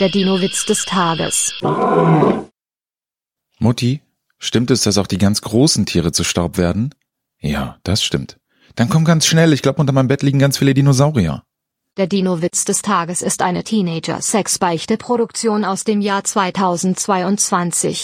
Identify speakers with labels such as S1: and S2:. S1: Der Dino-Witz des Tages.
S2: Mutti, stimmt es, dass auch die ganz großen Tiere zu Staub werden? Ja, das stimmt. Dann komm ganz schnell, ich glaube, unter meinem Bett liegen ganz viele Dinosaurier.
S1: Der Dino-Witz des Tages ist eine Teenager-Sex-Beichte-Produktion aus dem Jahr 2022.